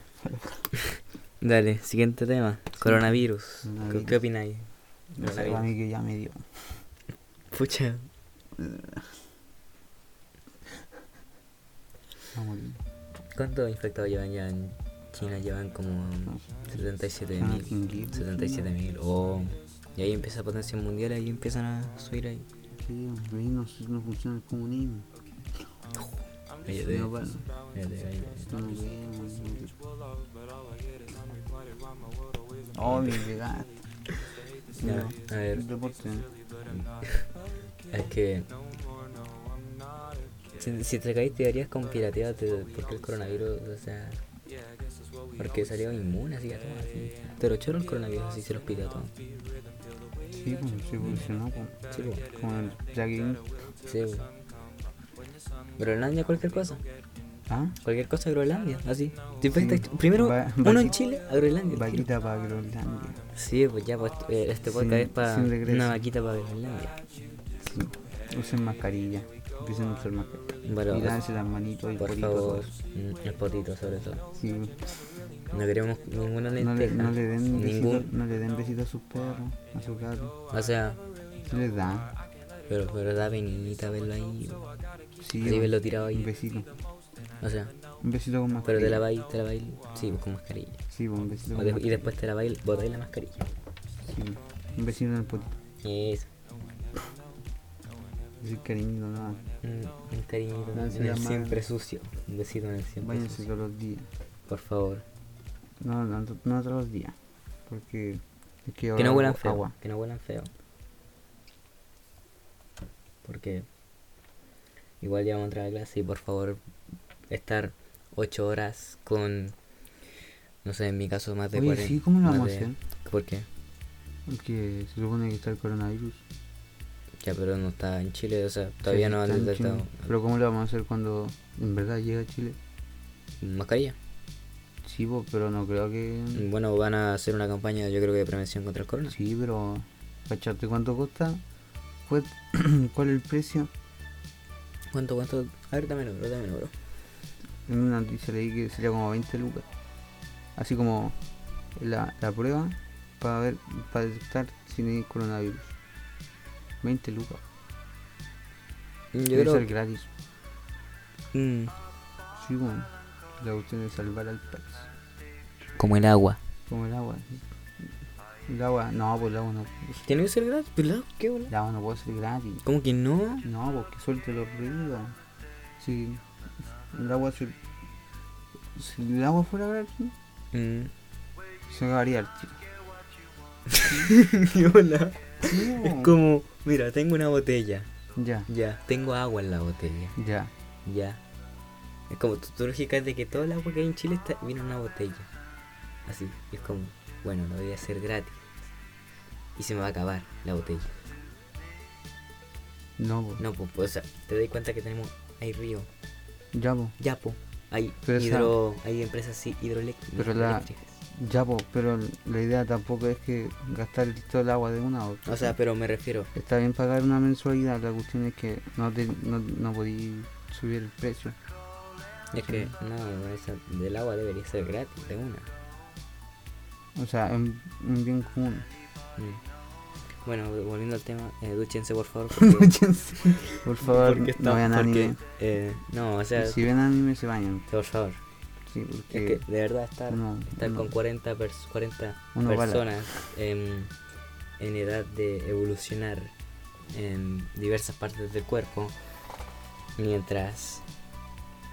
Speaker 2: Dale, siguiente tema. Coronavirus. ¿Qué- ¿Qué,
Speaker 1: Coronavirus.
Speaker 2: opináis?
Speaker 1: No sé, a mí que ya me dio.
Speaker 2: Pucha.
Speaker 1: Va a morir.
Speaker 2: ¿Cuántos infectados llevan ya en China? Llevan como
Speaker 1: No sé. Van a
Speaker 2: 77.000.
Speaker 1: fingir.
Speaker 2: 77.000. Oh. Y ahí empieza la potencia mundial, ahí empiezan a subir ahí.
Speaker 1: Sí, ahí no, no funciona el comunismo.
Speaker 2: Cállate,
Speaker 1: No, bueno.
Speaker 2: cállate, cállate.
Speaker 1: Oh, mi llegar.
Speaker 2: Ya, a ver, es que... Si, si te caes teorías con pirateado de por qué el coronavirus, o sea... Porque salió inmune, así que toma, así. Pero choro el coronavirus, así se los pirateó.
Speaker 1: Sí, pues, sí funcionó con,
Speaker 2: Sí, po.
Speaker 1: con el Jackie.
Speaker 2: Sí. bo. Groenlandia, cualquier cosa.
Speaker 1: ¿Ah?
Speaker 2: Cualquier cosa, Groenlandia. Así. Te infectas-
Speaker 1: Sí.
Speaker 2: Primero,
Speaker 1: Va-
Speaker 2: uno en
Speaker 1: vaquita-
Speaker 2: Chile, a Groenlandia. tiro.
Speaker 1: Vaquita para Groenlandia.
Speaker 2: Sí, pues ya, pues, eh, este podcast
Speaker 1: Sin-
Speaker 2: es para
Speaker 1: sin regreso.
Speaker 2: una vaquita para Groenlandia.
Speaker 1: Sí. Usen mascarilla. Empiecen a usar mascarilla.
Speaker 2: Bueno,
Speaker 1: y
Speaker 2: es-
Speaker 1: lávense las manitos y el
Speaker 2: por
Speaker 1: potito, todo
Speaker 2: favor,
Speaker 1: eso.
Speaker 2: mm, el potito sobre todo.
Speaker 1: Sí.
Speaker 2: No queremos ninguna
Speaker 1: No le,
Speaker 2: lenteja.
Speaker 1: no le den besitos
Speaker 2: ningún.
Speaker 1: no le den besitos a sus perros, a su gato.
Speaker 2: O sea,
Speaker 1: Sí les dan.
Speaker 2: pero, pero da penita verlo ahí.
Speaker 1: Sí,
Speaker 2: Así verlo tirado
Speaker 1: un
Speaker 2: ahí.
Speaker 1: besito.
Speaker 2: O sea,
Speaker 1: Un besito con
Speaker 2: pero
Speaker 1: mascarilla.
Speaker 2: te la vais, te la vais, sí, pues, con mascarilla.
Speaker 1: Sí, pues, un besito
Speaker 2: O
Speaker 1: con
Speaker 2: de- y
Speaker 1: mascarilla.
Speaker 2: después te la vais, botáis la mascarilla.
Speaker 1: Sí, un besito en el potito.
Speaker 2: Eso.
Speaker 1: Ese cariñito, nada.
Speaker 2: Un, un cariñito
Speaker 1: No, se
Speaker 2: en el
Speaker 1: llama-
Speaker 2: siempre sucio. Un besito en el siempre
Speaker 1: Váyanse
Speaker 2: sucio.
Speaker 1: todos los días.
Speaker 2: Por favor.
Speaker 1: No, no, no, no todos los días. Porque. es
Speaker 2: que no
Speaker 1: ahora
Speaker 2: huelan
Speaker 1: hago
Speaker 2: feo.
Speaker 1: Agua.
Speaker 2: Que no huelan feo. Porque igual ya vamos a entrar a clase y por favor estar 8 horas con, no sé, en mi caso más de
Speaker 1: Oye,
Speaker 2: 40.
Speaker 1: sí, ¿cómo lo
Speaker 2: más
Speaker 1: vamos a
Speaker 2: de-
Speaker 1: hacer?
Speaker 2: ¿Por qué?
Speaker 1: Porque se supone que está el coronavirus.
Speaker 2: Ya, pero no está en Chile, o sea, todavía
Speaker 1: Sí,
Speaker 2: no
Speaker 1: está
Speaker 2: han
Speaker 1: en
Speaker 2: detectado
Speaker 1: Chile. Pero ¿cómo lo vamos a hacer cuando en verdad llega a Chile?
Speaker 2: mascarilla.
Speaker 1: Sí, po, pero no creo que...
Speaker 2: Bueno, van a hacer una campaña, yo creo que de prevención contra el corona.
Speaker 1: Mm. Sí, pero... ¿Cacharte cuánto cuesta? ¿Cuál cuál el precio?
Speaker 2: ¿Cuánto, cuánto? A ver, dame bro, dame bro.
Speaker 1: En una noticia leí que sería como 20 lucas. Así como la, la prueba para ver para detectar si no hay coronavirus. 20 lucas.
Speaker 2: Yo
Speaker 1: Debe
Speaker 2: creo
Speaker 1: ser gratis.
Speaker 2: Mm,
Speaker 1: Sí, bueno. La cuestión de salvar al país.
Speaker 2: como el agua.
Speaker 1: Como el agua. sí. El agua, no, pues el agua no.
Speaker 2: ¿Tiene que ser gratis? Pues, ¿no? ¿Qué, bola?
Speaker 1: El agua no puede ser gratis.
Speaker 2: ¿Cómo que no?
Speaker 1: No, porque suelte los ruidos. Si el agua se- si el agua fuera gratis,
Speaker 2: Mm.
Speaker 1: se acabaría el tiro.
Speaker 2: ¿Qué bola?
Speaker 1: Sí,
Speaker 2: Es
Speaker 1: bo.
Speaker 2: como, mira, tengo una botella.
Speaker 1: Ya,
Speaker 2: Ya, tengo agua en la botella.
Speaker 1: ya.
Speaker 2: Ya. Es como tu, tu lógica es de que todo el agua que hay en Chile está, viene en una botella. Así. Y es como, bueno, lo voy a hacer gratis. Y se me va a acabar la botella.
Speaker 1: No, bo.
Speaker 2: No, pues, pues, o sea, te doy cuenta que tenemos, hay río,
Speaker 1: ya, pues, po.
Speaker 2: ya, po, hay
Speaker 1: Pero esa-
Speaker 2: hidro, hay empresas sí, hidroeléctricas.
Speaker 1: Pero la- Ya, po. Pero la idea tampoco es que gastar el- todo el agua de una a otra.
Speaker 2: O sea, pero me refiero,
Speaker 1: Está bien pagar una mensualidad, la cuestión es que no, te, no, no podí subir el precio.
Speaker 2: es que, no, esa, del agua debería ser gratis, de una.
Speaker 1: O sea, es un un bien común.
Speaker 2: Mm. Bueno, volviendo al tema, eh, dúchense, por favor. porque-
Speaker 1: Por favor,
Speaker 2: porque
Speaker 1: no
Speaker 2: está-
Speaker 1: vean
Speaker 2: porque,
Speaker 1: anime.
Speaker 2: eh, no, o sea,
Speaker 1: Si ven anime, se bañan.
Speaker 2: por favor.
Speaker 1: Sí, porque...
Speaker 2: Es que de verdad estar,
Speaker 1: uno-
Speaker 2: estar
Speaker 1: uno-
Speaker 2: con 40, pers- 40
Speaker 1: uno bala.
Speaker 2: personas em, en edad de evolucionar en diversas partes del cuerpo mientras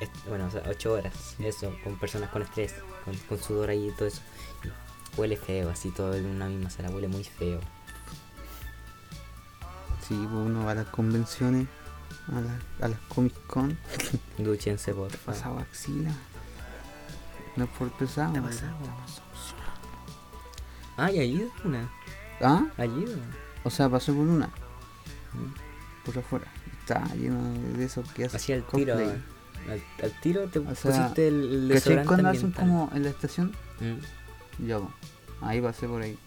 Speaker 2: est- bueno, o sea, 8 horas, eso, con personas con estrés, con, con sudor ahí y todo eso. y huele feo, así todo en una misma sala, huele muy feo.
Speaker 1: Sí, pues uno va a las convenciones, a, la- a las Comic Con,
Speaker 2: Dúchense, por favor.
Speaker 1: pasado axila. No es por pesado.
Speaker 2: Está
Speaker 1: pero-
Speaker 2: pasado. Ay, allí una,
Speaker 1: ¿Ah?
Speaker 2: allí una.
Speaker 1: O sea, pasó por una, por afuera. Está lleno de esos que hacen
Speaker 2: Así al tiro,
Speaker 1: cosplay.
Speaker 2: al, al tiro te
Speaker 1: O sea,
Speaker 2: pusiste el, el
Speaker 1: ¿Cachai
Speaker 2: desodorante
Speaker 1: cuando hacen
Speaker 2: ambiental.
Speaker 1: como en la estación?
Speaker 2: Mm.
Speaker 1: Yo, ahí pasé por ahí.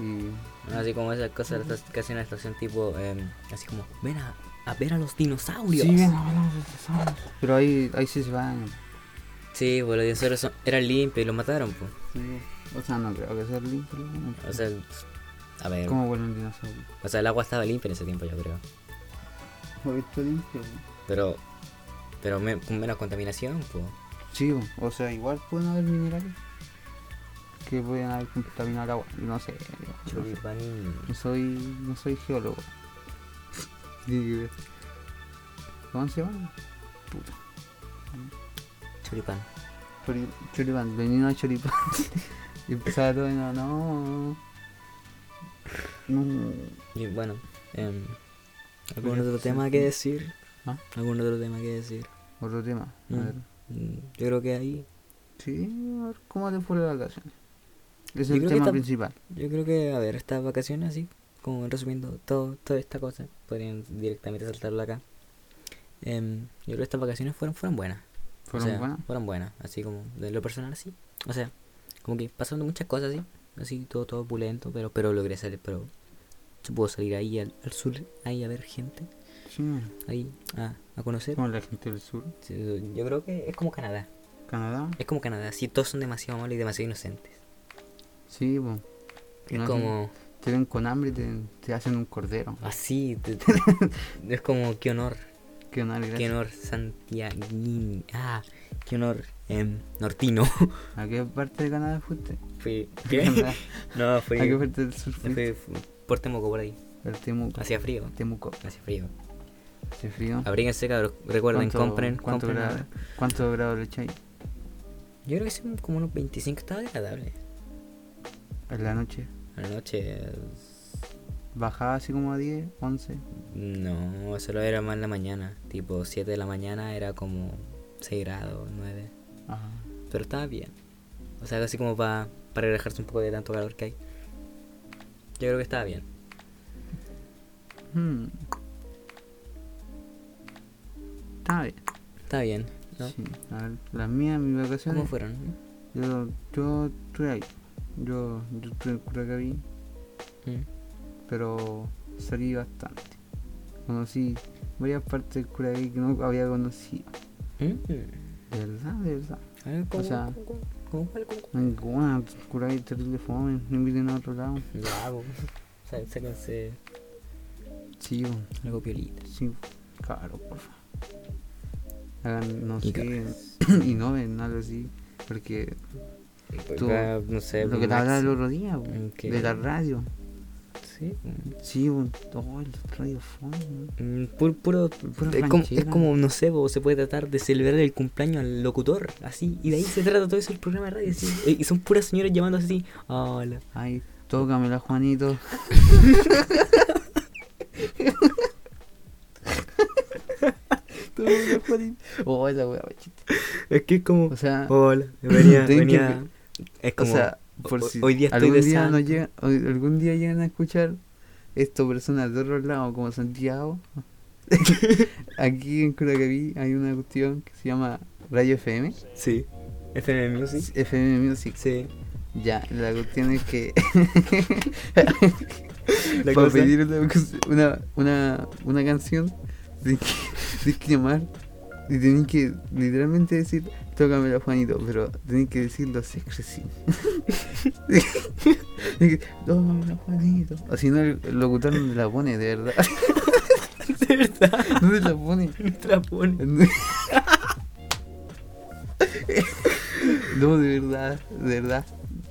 Speaker 1: Y
Speaker 2: Bueno, así como esas cosas las- que hacen en la estación tipo, em, así como, ven a, a ver a los dinosaurios.
Speaker 1: Sí, bien, bueno, empezamos. Pero ahí, ahí sí se van.
Speaker 2: Sí, pues los dinosaurios son- eran limpios y los mataron, pues.
Speaker 1: sí. O sea, no creo que sea limpio. ¿no?
Speaker 2: O sea, a ver,
Speaker 1: ¿Cómo vuelve un dinosaurio?
Speaker 2: o sea, el agua estaba limpia en ese tiempo, yo creo.
Speaker 1: Porque está limpio.
Speaker 2: Pero, pero me- con menos contaminación, pues.
Speaker 1: Sí, bo. o sea, igual pueden haber minerales que pueden haber contaminado el agua. No sé. no sé. No soy, no soy geólogo. Y- ¿Cómo se llama? Puta.
Speaker 2: choripán.
Speaker 1: Chori- Choripán, veneno de choripán. y empezaba todo y no, no. No.
Speaker 2: Y bueno, em, ¿algún otro tema que decir?
Speaker 1: ¿Ah?
Speaker 2: ¿Algún otro tema que decir?
Speaker 1: Otro tema. A
Speaker 2: Mm.
Speaker 1: ver.
Speaker 2: Mm, Yo creo que ahí
Speaker 1: Sí, a ver cómo te fue la vacaciones. Es
Speaker 2: Yo
Speaker 1: el
Speaker 2: creo que
Speaker 1: tema
Speaker 2: tam-
Speaker 1: principal.
Speaker 2: Yo creo que, a ver, estas vacaciones así, como resumiendo todo, toda esta cosa, podrían directamente saltarla acá. Em, yo creo que estas vacaciones fueron, fueron buenas. O
Speaker 1: ¿Fueron
Speaker 2: sea,
Speaker 1: buenas?
Speaker 2: Fueron buenas, así como, de lo personal así. O sea, como que pasando muchas cosas así, así todo, todo opulento, pero, pero logré salir, pero se pudo salir ahí al, al sur, ahí a ver gente,
Speaker 1: Sí,
Speaker 2: ahí a, a conocer.
Speaker 1: como la gente del sur.
Speaker 2: Sí, Yo creo que es como Canadá,
Speaker 1: Canadá.
Speaker 2: es como Canadá, si todos son demasiado malos y demasiado inocentes.
Speaker 1: Sí, bo.
Speaker 2: Es
Speaker 1: No,
Speaker 2: como...
Speaker 1: Te ven con hambre y te, te hacen un cordero.
Speaker 2: Así, te- te- es como qué honor,
Speaker 1: Que no le
Speaker 2: qué
Speaker 1: gracias.
Speaker 2: honor Santiaguini, ah, qué honor em, Nortino.
Speaker 1: ¿A qué parte de Canadá fuiste?
Speaker 2: fui,
Speaker 1: Canadá.
Speaker 2: No,
Speaker 1: ¿A Ah, qué
Speaker 2: fui,
Speaker 1: parte del sur fuiste?
Speaker 2: fui, fui por Temuco por ahí,
Speaker 1: Al Temuco.
Speaker 2: hacía frío,
Speaker 1: Temuco.
Speaker 2: hacía frío.
Speaker 1: Hace frío.
Speaker 2: Abríguense, cabros, recuerden,
Speaker 1: Ah. ¿Cuánto-
Speaker 2: compren,
Speaker 1: ¿Cuánto
Speaker 2: compren.
Speaker 1: grado,
Speaker 2: ahora.
Speaker 1: cuánto grado le echáis?
Speaker 2: Yo creo que son como unos 25, estaba agradable.
Speaker 1: En la noche.
Speaker 2: A la noche,
Speaker 1: Bajaba así como a 10, 11.
Speaker 2: No, solo era más en la mañana. Tipo 7 de la mañana era como 6 grados, 9.
Speaker 1: Ajá.
Speaker 2: Pero estaba bien. O sea, así como para, para relajarse un poco de tanto calor que hay. Yo creo que estaba bien.
Speaker 1: Hmm. Está bien.
Speaker 2: Está bien, ¿no?
Speaker 1: Sí. A ver, las mías, mis
Speaker 2: ¿Cómo
Speaker 1: vacaciones.
Speaker 2: fueron?
Speaker 1: Yo, yo estuve ahí. Yo, yo estuve en Curacaví,
Speaker 2: Mm.
Speaker 1: pero salí bastante. Conocí varias partes de Curacaví que no había conocido.
Speaker 2: Mm.
Speaker 1: De verdad, de verdad.
Speaker 2: A ver, ¿cómo-
Speaker 1: sea-
Speaker 2: cómo- cómo- cómo- cómo- cómo-
Speaker 1: Ninguna, Curacaví terrible fome, no inviten a otro lado.
Speaker 2: Ya, bo. O sea, sáquense
Speaker 1: Sí, bo,
Speaker 2: algo piolita.
Speaker 1: sí, claro, por favor. Hagan, no
Speaker 2: Y
Speaker 1: sé, y no ven algo así, porque Tú-
Speaker 2: Acá, Pues, ah, no sé, pues,
Speaker 1: lo que te
Speaker 2: Max-
Speaker 1: hablaba el otro día, bo,
Speaker 2: Mm, que-
Speaker 1: de la radio.
Speaker 2: Sí.
Speaker 1: Sí, bo, oh, el radio fome, ¿no?
Speaker 2: Mm, pu-
Speaker 1: Pura
Speaker 2: puro, es, como, es
Speaker 1: ranchera.
Speaker 2: como, no sé, bo, se puede tratar de celebrar el cumpleaños al locutor, así, y de ahí se trata todo eso el programa de radio, así, eh, y son puras señoras llamando así, hola,
Speaker 1: Ay, tócamela, Juanito. Tócamela, Juanito. Oh, esa wea, machito.
Speaker 2: es que es como,
Speaker 1: O sea,
Speaker 2: hola, eh, venía,
Speaker 1: Tienen que-
Speaker 2: venía,
Speaker 1: o
Speaker 2: es Oh, como,
Speaker 1: sea, por
Speaker 2: ho-
Speaker 1: si
Speaker 2: hoy día estoy
Speaker 1: algún
Speaker 2: de
Speaker 1: día, nos
Speaker 2: santo.
Speaker 1: llega- hoy- algún día llegan a escuchar esto personas de otro lado, como Santiago. Aquí en Curacaví hay una cuestión que se llama Radio FM.
Speaker 2: sí, FM Music,
Speaker 1: FM Music.
Speaker 2: sí,
Speaker 1: Ya, la cuestión es que
Speaker 2: la
Speaker 1: para
Speaker 2: cosa,
Speaker 1: pedir una, una, una, una canción, tienes que, tenés que llamar y tenés que literalmente decir, tócamelo Juanito, pero tenés que decirlo así expresivo. Tenés que, tócamelo Juanito. O si no, el el locutor no te la pone, de verdad.
Speaker 2: de verdad,
Speaker 1: No te la pone.
Speaker 2: me trapone.
Speaker 1: No, de verdad, de verdad.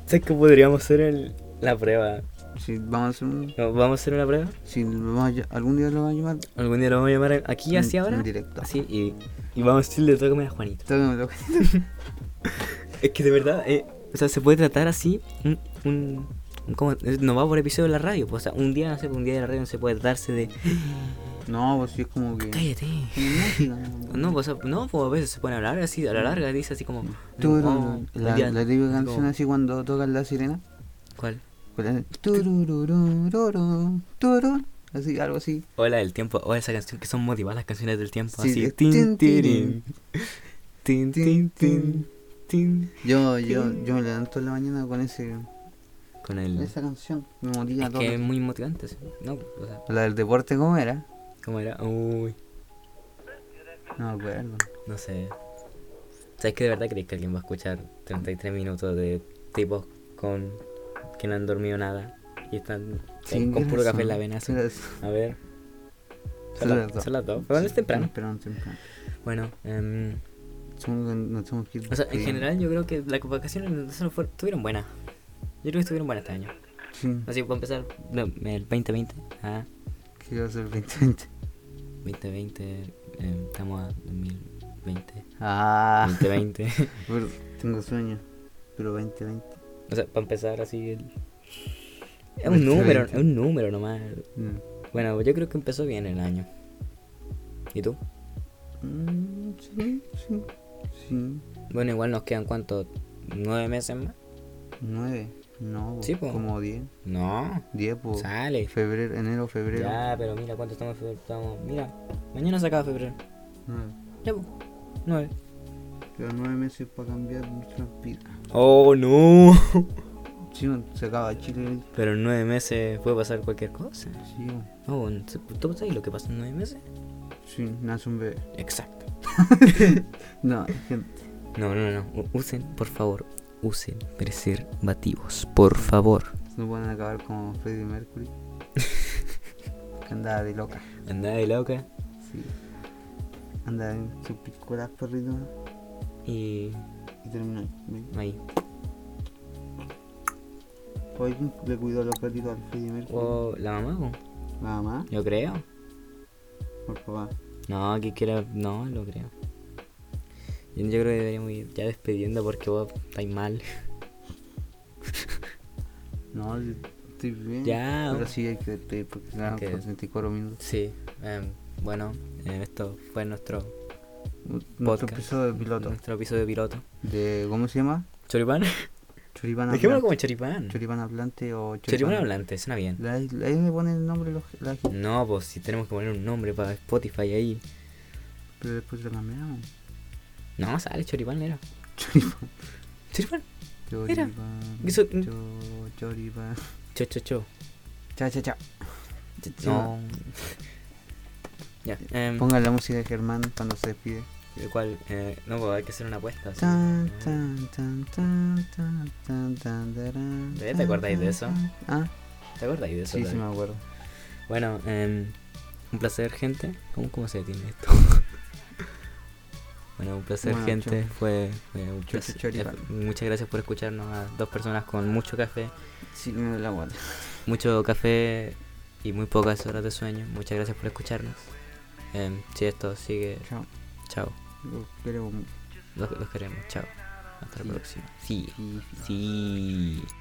Speaker 2: ¿Sabes que podríamos hacer el- la prueba?
Speaker 1: Si vamos a hacer un...
Speaker 2: ¿No? ¿Vamos a hacer una prueba?
Speaker 1: Si vamos a ll- algún día lo vamos a llamar.
Speaker 2: Algún día lo vamos a llamar aquí,
Speaker 1: en-
Speaker 2: así ahora,
Speaker 1: En directo.
Speaker 2: así, y, y vamos a decirle, tócame a Juanito.
Speaker 1: Tócamelo
Speaker 2: Es que de verdad, eh, o sea, se puede tratar así un... un, un- como, eh, no va por episodio de la radio, pues, o sea, un día, no sé, un día de la radio no se puede tratarse de...
Speaker 1: No, pues sí es como que.
Speaker 2: Cállate. No, pues, o sea, no, pues a veces se pone a hablar así, a la larga, dice así como...
Speaker 1: Tú,
Speaker 2: "Oh,
Speaker 1: la,
Speaker 2: ya",
Speaker 1: la típica
Speaker 2: así
Speaker 1: canción
Speaker 2: como,
Speaker 1: así cuando tocan la sirena.
Speaker 2: ¿Cuál?
Speaker 1: con la- turururururu, turun, Así, algo así.
Speaker 2: Hola del tiempo, o esa canción que son motivadas las canciones del tiempo,
Speaker 1: Sí,
Speaker 2: así...
Speaker 1: es
Speaker 2: Tin,
Speaker 1: tin, tirin.
Speaker 2: tirin. Tin, tin,
Speaker 1: Tin,
Speaker 2: tin, tin.
Speaker 1: Yo, yo, yo me levanto en la mañana con ese,
Speaker 2: Con
Speaker 1: con
Speaker 2: el...
Speaker 1: esa canción. Me motiva
Speaker 2: Es
Speaker 1: todo.
Speaker 2: que es muy motivante, sí. ¿no? O sea,
Speaker 1: La del deporte, ¿cómo era?
Speaker 2: ¿cómo era? Uy,
Speaker 1: No me acuerdo.
Speaker 2: no sé. ¿Sabes que de verdad crees que alguien va a escuchar 33 minutos de tipos con que no han dormido nada y están
Speaker 1: Sí,
Speaker 2: con- con
Speaker 1: tienes
Speaker 2: puro café
Speaker 1: razón,
Speaker 2: en la vena? así?
Speaker 1: tienes-
Speaker 2: A ver. Son
Speaker 1: Son
Speaker 2: las-
Speaker 1: las dos.
Speaker 2: son las dos, pero no es temprano.
Speaker 1: Temprano, temprano.
Speaker 2: Bueno, em,
Speaker 1: Somos- nos tenemos que ir
Speaker 2: o sea, en
Speaker 1: despidiendo.
Speaker 2: general yo creo que las vacaciones no solo fueron- estuvieron buenas. Yo creo que estuvieron buenas este año.
Speaker 1: Sí,
Speaker 2: Así que a empezar no, el 2020. Ah,
Speaker 1: que iba a ser 2020.
Speaker 2: 2020, em, estamos a 2020.
Speaker 1: Ah,
Speaker 2: 2020.
Speaker 1: pero tengo sueño. Pero 2020.
Speaker 2: O sea, para empezar así el... Es un
Speaker 1: Veinte,
Speaker 2: número, es
Speaker 1: veinte.
Speaker 2: un número nomás.
Speaker 1: No.
Speaker 2: Bueno, yo creo que empezó bien el año. ¿Y tú?
Speaker 1: Mm, sí, sí, sí.
Speaker 2: Bueno, igual nos quedan cuánto, nueve meses más.
Speaker 1: Nueve, no, bo,
Speaker 2: Sí, po.
Speaker 1: como diez.
Speaker 2: No,
Speaker 1: Diez, po.
Speaker 2: sale.
Speaker 1: Febrero, enero, febrero.
Speaker 2: Ya, pero mira cuánto estamos en febrero. Estamos... Mira, mañana se acaba febrero.
Speaker 1: Nueve.
Speaker 2: Ya, pues, nueve.
Speaker 1: Pero nueve meses para cambiar nuestras vidas.
Speaker 2: Oh, no.
Speaker 1: Sí, bo, se acaba Chile.
Speaker 2: Pero en nueve meses puede pasar cualquier cosa.
Speaker 1: Sí, bo.
Speaker 2: Oh, entonces, ¿tú sabes lo que pasa en nueve meses?
Speaker 1: sí, nace un bebé.
Speaker 2: Exacto.
Speaker 1: No, gente.
Speaker 2: No, no, no. U- Usen, por favor, usen preservativos. Por favor.
Speaker 1: No pueden acabar como Freddie Mercury. que andaba de loca.
Speaker 2: Andaba de loca.
Speaker 1: Sí. Andaba en sus picolas perrito.
Speaker 2: Y
Speaker 1: Y terminó ahí. ¿ve?
Speaker 2: ahí.
Speaker 1: Hoy le cuidó los perritos al Freddie Mercury.
Speaker 2: ¿O la mamá? o?
Speaker 1: La mamá
Speaker 2: Yo creo.
Speaker 1: o el papá.
Speaker 2: No, que quiera. No, lo creo. Yo, yo creo que deberíamos ir ya despidiendo porque vos estáis mal.
Speaker 1: No, Estoy bien.
Speaker 2: Ya,
Speaker 1: Pero
Speaker 2: ok.
Speaker 1: sí hay que despedir porque pues, quedaron
Speaker 2: Ok.
Speaker 1: 34 minutos.
Speaker 2: Sí, em, bueno, eh, esto fue nuestro,
Speaker 1: Nuestro
Speaker 2: Podcast.
Speaker 1: episodio de piloto.
Speaker 2: nuestro episodio piloto.
Speaker 1: De, ¿Cómo se llama?
Speaker 2: ¿Choripán?
Speaker 1: Choripán
Speaker 2: Dejémoslo
Speaker 1: hablante.
Speaker 2: como choripán.
Speaker 1: Ah, Choripán hablante o
Speaker 2: Choripán hablante, suena bien.
Speaker 1: La- Ahí le ponen el nombre los, la gente,
Speaker 2: No, pues si tenemos que poner un nombre para Spotify ahí.
Speaker 1: pero después lo cambiamos.
Speaker 2: No, sale choripán, era.
Speaker 1: Choripán.
Speaker 2: Choripán. Mira,
Speaker 1: Choripán.
Speaker 2: eso-
Speaker 1: cho- Choripán.
Speaker 2: Cho, cho, cho.
Speaker 1: Cha, cha, cha.
Speaker 2: Ch-
Speaker 1: Sí,
Speaker 2: No. Ya, em,
Speaker 1: Pongan la música de Germán cuando se despide.
Speaker 2: el cual, eh, no, pues hay que eh, hacer una apuesta. así.
Speaker 1: Tan, tan, tan, tan, tan, tan, tan, tarán,
Speaker 2: ¿Eh, ¿Te
Speaker 1: tan,
Speaker 2: acordáis de
Speaker 1: tan,
Speaker 2: eso?
Speaker 1: tan. Ah,
Speaker 2: ¿Te acuerdas de eso?
Speaker 1: sí, sí
Speaker 2: David?
Speaker 1: me acuerdo.
Speaker 2: Bueno, em, un placer, gente. ¿Cómo, cómo se detiene esto? bueno, un placer,
Speaker 1: Bueno,
Speaker 2: gente.
Speaker 1: chao.
Speaker 2: Fue, fue un
Speaker 1: Chau,
Speaker 2: placer.
Speaker 1: chau, choripán.
Speaker 2: Eh, muchas gracias por escucharnos a dos personas con mucho café,
Speaker 1: Sí, me duele la guata.
Speaker 2: mucho café y muy pocas horas de sueño. Muchas gracias por escucharnos. Em, si esto sigue,
Speaker 1: Chao.
Speaker 2: chao.
Speaker 1: Lo queremos.
Speaker 2: Los, los queremos, chao. Hasta
Speaker 1: Sí.
Speaker 2: la próxima. Sí,
Speaker 1: Sí, sí.
Speaker 2: sí.